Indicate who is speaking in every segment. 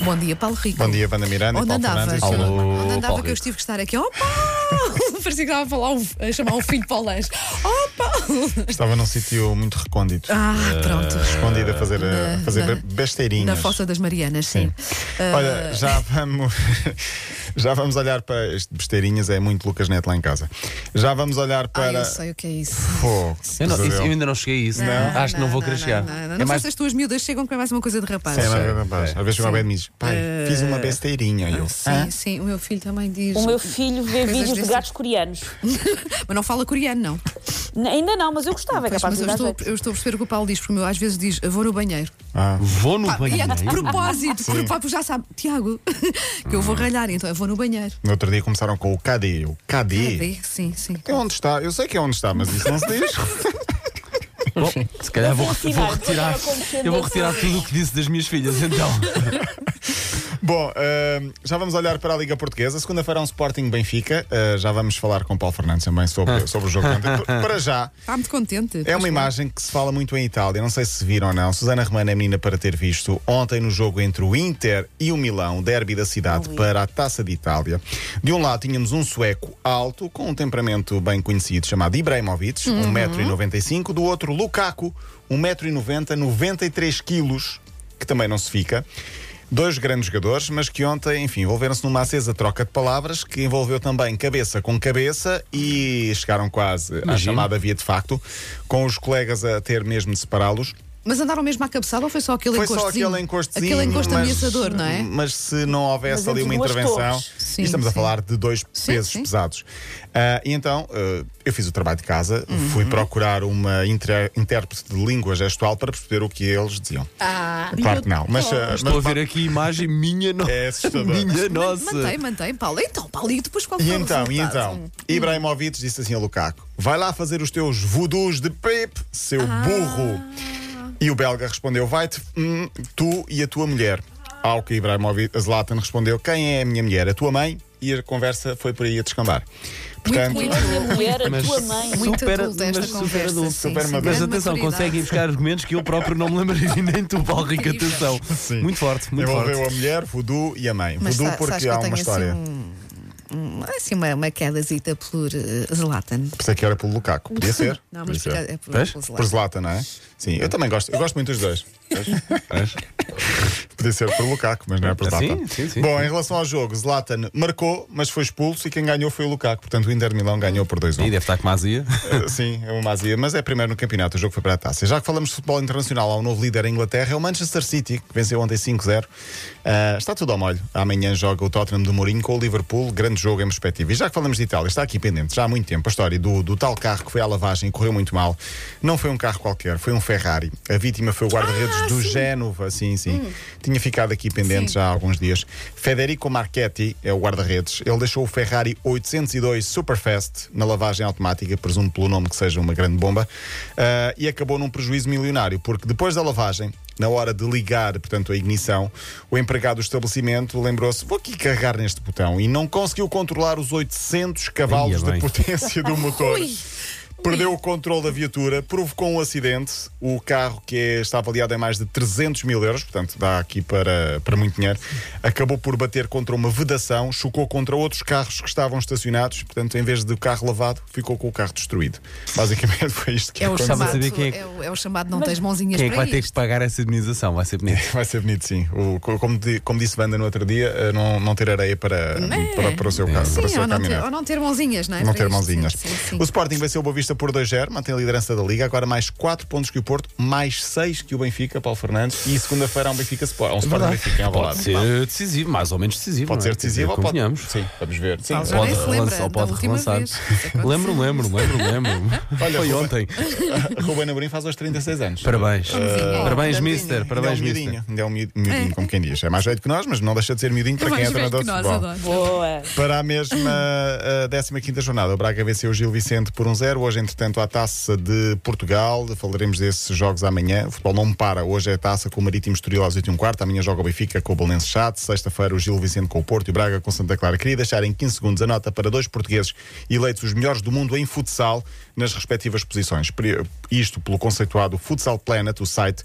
Speaker 1: Bom dia, Paulo Rico.
Speaker 2: Bom dia, Banda Miranda e
Speaker 1: Onde
Speaker 2: Paulo
Speaker 1: andavas?
Speaker 2: Fernandes.
Speaker 1: Eu-
Speaker 3: Alô,
Speaker 1: Onde andava
Speaker 3: Paulo
Speaker 1: que eu
Speaker 3: Rico.
Speaker 1: estive que estar aqui? Oh, Paulo! Parecia que estava a, falar um- a chamar um filho para o lanche. Oh, Paulo!
Speaker 2: Estava num sítio muito recôndito.
Speaker 1: Ah, pronto.
Speaker 2: Escondido a fazer, a
Speaker 1: na-
Speaker 2: fazer
Speaker 1: na-
Speaker 2: besteirinhas.
Speaker 1: Na fossa das Marianas, sim. Ah,
Speaker 2: Sim. Olha, já vamos, já vamos olhar para. Este besteirinhas é muito Lucas Neto lá em casa. Já vamos olhar
Speaker 1: Ah,
Speaker 2: para.
Speaker 1: eu sei o que é isso. Ah,
Speaker 2: Fogo, que
Speaker 3: Eu, não- isso-
Speaker 2: pesadelo.
Speaker 3: eu ainda não cheguei a isso. Acho que não vou querer chegar.
Speaker 1: Não, não, não.
Speaker 3: É
Speaker 1: Não sei
Speaker 3: mais-
Speaker 1: se as tuas miúdas chegam com mais uma coisa de rapaz.
Speaker 2: É, mas, rapaz, Às vezes chegam ao bem de mim e diz, pai, fiz uma besteirinha. E eu,
Speaker 1: Eh, ah, Sim,
Speaker 2: "Hã?"
Speaker 1: sim, o meu filho também diz.
Speaker 4: O meu filho vê
Speaker 1: Coisas tipo.
Speaker 4: vídeos de
Speaker 1: dessas.
Speaker 4: gatos coreanos.
Speaker 1: Mas não fala coreano, não.
Speaker 4: N- ainda não, mas eu gostava, é
Speaker 1: Pois,
Speaker 4: capaz
Speaker 1: mas
Speaker 4: de
Speaker 1: eu
Speaker 4: dar
Speaker 1: estou,
Speaker 4: jeito.
Speaker 1: eu estou a perceber o que o Paulo diz, porque o meu às vezes diz: "Eu vou no banheiro.
Speaker 2: Ah,
Speaker 3: Vou no
Speaker 1: Pá, e é
Speaker 3: banheiro.
Speaker 1: de propósito, porque o papo já sabe, Tiago, que eu vou ralhar, então eu vou no banheiro.
Speaker 2: no outro dia começaram com o KD. O KD.
Speaker 1: Cadê? Sim, sim.
Speaker 2: É onde está. Eu sei que é onde está, mas isso não se diz.
Speaker 3: Bom, se calhar vou,
Speaker 4: Vou
Speaker 3: re-
Speaker 4: assinar,
Speaker 3: vou retirar.
Speaker 4: vou assinar.
Speaker 3: Eu vou retirar tudo o que disse das minhas filhas, então.
Speaker 2: Bom, ahm, já vamos olhar para a Liga Portuguesa. Segunda-feira há um Sporting Benfica. Ah, já vamos falar com o Paulo Fernandes também sobre, sobre o jogo. de ontem. P- Para já,
Speaker 1: Está muito contente.
Speaker 2: é uma imagem que se fala muito em Itália. Não sei se viram ou não. Susana Romana é menina para ter visto ontem no jogo entre o Inter e o Milão, o derby da cidade para a Taça de Itália. De um lado tínhamos um sueco alto, com um temperamento bem conhecido, chamado Ibrahimovic, 1,95m. Do outro, Lukaku, 1,90m, 93kg, que também não se fica. Dois grandes jogadores, mas que ontem, enfim, envolveram-se numa acesa troca de palavras que envolveu também cabeça com cabeça e chegaram quase à chamada via de facto, com os colegas a ter mesmo de separá-los.
Speaker 1: Mas andaram mesmo à cabeçada ou foi só aquele
Speaker 2: Foi só
Speaker 1: encostozinho?
Speaker 2: aquele encostezinho.
Speaker 1: Aquele encosto
Speaker 2: mas-
Speaker 1: ameaçador, não é?
Speaker 2: Mas se não houvesse
Speaker 4: Mas
Speaker 2: ali
Speaker 4: entre
Speaker 2: uma
Speaker 4: duas
Speaker 2: intervenção.
Speaker 4: torres.
Speaker 2: e
Speaker 1: Sim,
Speaker 2: estamos a
Speaker 1: sim.
Speaker 2: falar de dois
Speaker 1: Sim,
Speaker 2: pesos
Speaker 1: sim.
Speaker 2: pesados. Ah, e então, ah, eu fiz o trabalho de casa,
Speaker 1: Uhum.
Speaker 2: fui procurar uma inter- intérprete de língua gestual para perceber o que eles diziam.
Speaker 1: Ah,
Speaker 2: Claro que não, mas, ah,
Speaker 3: Estou a
Speaker 2: mas
Speaker 3: ver aqui imagem minha, nossa.
Speaker 2: É assustador.
Speaker 3: Minha
Speaker 1: Mantém,
Speaker 3: nossa.
Speaker 1: mantém, Paulo. Então, Paulo, e depois qual
Speaker 2: E
Speaker 1: foi o
Speaker 2: então, e
Speaker 1: resultado?
Speaker 2: então, Ibrahimovic disse assim a Lukaku: vai lá fazer os teus voodoos de Pep, seu
Speaker 1: Ah.
Speaker 2: burro. E o belga respondeu: vai-te hum, tu e a tua mulher. Ao que Ibrahimovic, Zlatan respondeu: quem é a minha mulher? A tua mãe? E a conversa foi por aí a descambar. Portanto,
Speaker 4: Tu és a mulher, a tua mãe.
Speaker 1: Muito
Speaker 3: Super-
Speaker 1: adulta esta
Speaker 3: mas super
Speaker 1: conversa.
Speaker 3: adulto,
Speaker 1: sim,
Speaker 2: então? super
Speaker 1: sim,
Speaker 2: maduro.
Speaker 3: Mas
Speaker 1: grande
Speaker 3: atenção,
Speaker 1: maturidade.
Speaker 3: conseguem buscar argumentos que eu próprio não me lembrei e nem tu, Paulo Rico.
Speaker 1: Incrível.
Speaker 3: Atenção.
Speaker 2: Sim.
Speaker 3: Muito forte, muito
Speaker 2: envolveu
Speaker 3: forte.
Speaker 2: a mulher, voodoo e a mãe.
Speaker 1: Mas
Speaker 2: voodoo
Speaker 1: sa- sabes
Speaker 2: porque
Speaker 1: que eu
Speaker 2: há
Speaker 1: tenho
Speaker 2: uma história.
Speaker 1: Assim, um- um- assim uma, uma quedazita por eh, Zlatan.
Speaker 2: Pensei é que era pelo Lukaku, podia ser.
Speaker 1: Não, mas por
Speaker 2: Podia
Speaker 1: acaso
Speaker 2: ser.
Speaker 1: é por,
Speaker 3: Pois?
Speaker 1: por Zlatan.
Speaker 2: Por Zlatan, não é? Sim, eu também gosto. Eu gosto muito dos dois. Podia ser por Lukaku, mas não é por Zlatan.
Speaker 3: Sim, sim, sim.
Speaker 2: Bom, em relação ao jogo, Zlatan marcou, mas foi expulso e quem ganhou foi o Lukaku. Portanto, o Inter de Milão ganhou por
Speaker 3: E
Speaker 2: 2-1.
Speaker 3: deve estar com a azia.
Speaker 2: Eh, Sim, é uma azia, mas é primeiro no campeonato. O jogo foi para a taça. Já que falamos de futebol internacional, há um novo líder em Inglaterra, é o Manchester City, que venceu ontem 5-0. Ah, está tudo ao molho. Amanhã joga o Tottenham de Mourinho com o Liverpool. Grande jogo em perspectiva. E já que falamos de Itália, está aqui pendente já há muito tempo a história do, do tal carro que foi à lavagem e correu muito mal. Não foi um carro qualquer, foi um Ferrari. A vítima foi o guarda-redes do Génova. Sim, sim. Tinha ficado aqui pendente já há alguns dias. Federico Marchetti é o guarda-redes. Ele deixou o Ferrari 802 Superfast na lavagem automática, presumo pelo nome que seja uma grande bomba, ah, e acabou num prejuízo milionário, porque depois da lavagem, na hora de ligar, portanto, a ignição, o empregado do estabelecimento lembrou-se: vou aqui carregar neste botão, e não conseguiu controlar os 800 cavalos
Speaker 3: Ia
Speaker 2: de
Speaker 3: bem.
Speaker 2: potência do motor. Perdeu o controle da viatura, provocou um acidente. O carro, que é- está avaliado em mais de 300 mil euros, portanto dá aqui para, para muito dinheiro, acabou por bater contra uma vedação, chocou contra outros carros que estavam estacionados. Portanto, em vez do carro lavado, ficou com o carro destruído. Basicamente foi isto que
Speaker 1: É o
Speaker 2: aconteceu.
Speaker 3: Estava a
Speaker 1: chamado,
Speaker 3: saber quem é que-
Speaker 1: é o, é o chamado não tens mãozinhas
Speaker 3: Quem é que
Speaker 1: para
Speaker 3: vai ter
Speaker 1: isto.
Speaker 3: que pagar essa indemnização? Vai ser bonito.
Speaker 2: Vai ser bonito, sim. O- co- como, di- como disse Wanda no outro dia, eh, não, não ter areia para, para, para o seu carro. para a
Speaker 1: é? Sim,
Speaker 2: sua
Speaker 1: ou não, ter,
Speaker 2: caminhonete.
Speaker 1: ou não ter mãozinhas, não é?
Speaker 2: Não
Speaker 1: Para
Speaker 2: ter
Speaker 1: isto,
Speaker 2: mãozinhas.
Speaker 1: Sim, sim, sim.
Speaker 2: O Sporting venceu o Boa Vista por 2-0, mantém a liderança da Liga, agora mais 4 pontos que o Porto, mais 6 que o Benfica, Paulo Fernandes, e segunda-feira há um Benfica Sport, há um Sporting Benfica em
Speaker 3: É Pode
Speaker 2: Alvalade.
Speaker 3: ser decisivo, mais ou menos decisivo.
Speaker 2: Pode
Speaker 3: não é?
Speaker 2: ser decisivo ou
Speaker 3: Quer dizer,
Speaker 2: pode...
Speaker 3: Convenhamos.
Speaker 2: Sim, vamos ver. Sim,
Speaker 1: Paulo já
Speaker 2: pode-
Speaker 1: nem se lembra
Speaker 3: relançar,
Speaker 1: da última vez. Isso aconteceu.
Speaker 3: Lembro, lembro, lembro, lembro.
Speaker 2: Olha,
Speaker 3: Foi
Speaker 2: Ruben-
Speaker 3: ontem.
Speaker 2: Ruben Amorim faz aos 36 anos.
Speaker 3: Parabéns.
Speaker 1: é.
Speaker 3: parabéns,
Speaker 1: Ainda
Speaker 3: mister.
Speaker 2: Ainda é um
Speaker 3: Parabéns, mister.
Speaker 2: miudinho, ainda é um miud- miudinho, como quem diz. É mais velho que nós, mas não deixa de ser miudinho para quem é
Speaker 1: Mais velho
Speaker 2: treinador
Speaker 1: que
Speaker 2: de
Speaker 1: nós,
Speaker 2: futebol.
Speaker 1: adoro.
Speaker 4: Boa.
Speaker 2: Para a mesma uh, 15 jornada, o Braga venceu o Gil Vicente por 1-0. Hoje, entretanto, há a taça de Portugal. Falaremos desses jogos amanhã. O futebol não para. Hoje é a taça com o Marítimo Estoril às 8h15. Amanhã joga o Benfica com o Belenense Chate. Sexta-feira, o Gil Vicente com o Porto e o Braga com o Santa Clara. Queria deixar em 15 segundos a nota para dois portugueses eleitos os melhores do mundo em futsal nas respectivas posições. Pri- Isto pelo conceituado Futsal Planet, o site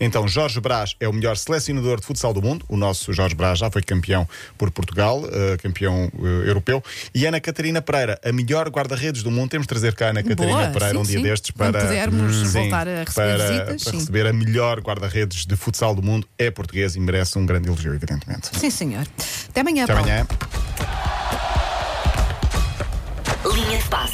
Speaker 2: Então, Jorge Brás é o melhor selecionador de futsal do mundo. O nosso Jorge Brás já foi campeão por Portugal, eh, campeão eh, europeu. E Ana Catarina Pereira, a melhor guarda-redes do mundo. Temos de trazer cá a Ana Catarina
Speaker 1: Boa,
Speaker 2: Pereira
Speaker 1: sim,
Speaker 2: um dia
Speaker 1: sim.
Speaker 2: destes
Speaker 1: Quando
Speaker 2: para.
Speaker 1: pudermos
Speaker 2: Sim,
Speaker 1: voltar a receber
Speaker 2: para-
Speaker 1: visitas,
Speaker 2: para
Speaker 1: sim.
Speaker 2: receber a melhor guarda-redes de futsal do mundo. É português e merece um grande elogio, evidentemente.
Speaker 1: Sim, senhor. Até amanhã,
Speaker 2: Até
Speaker 1: Paulo.
Speaker 2: amanhã.
Speaker 5: Linha de passe.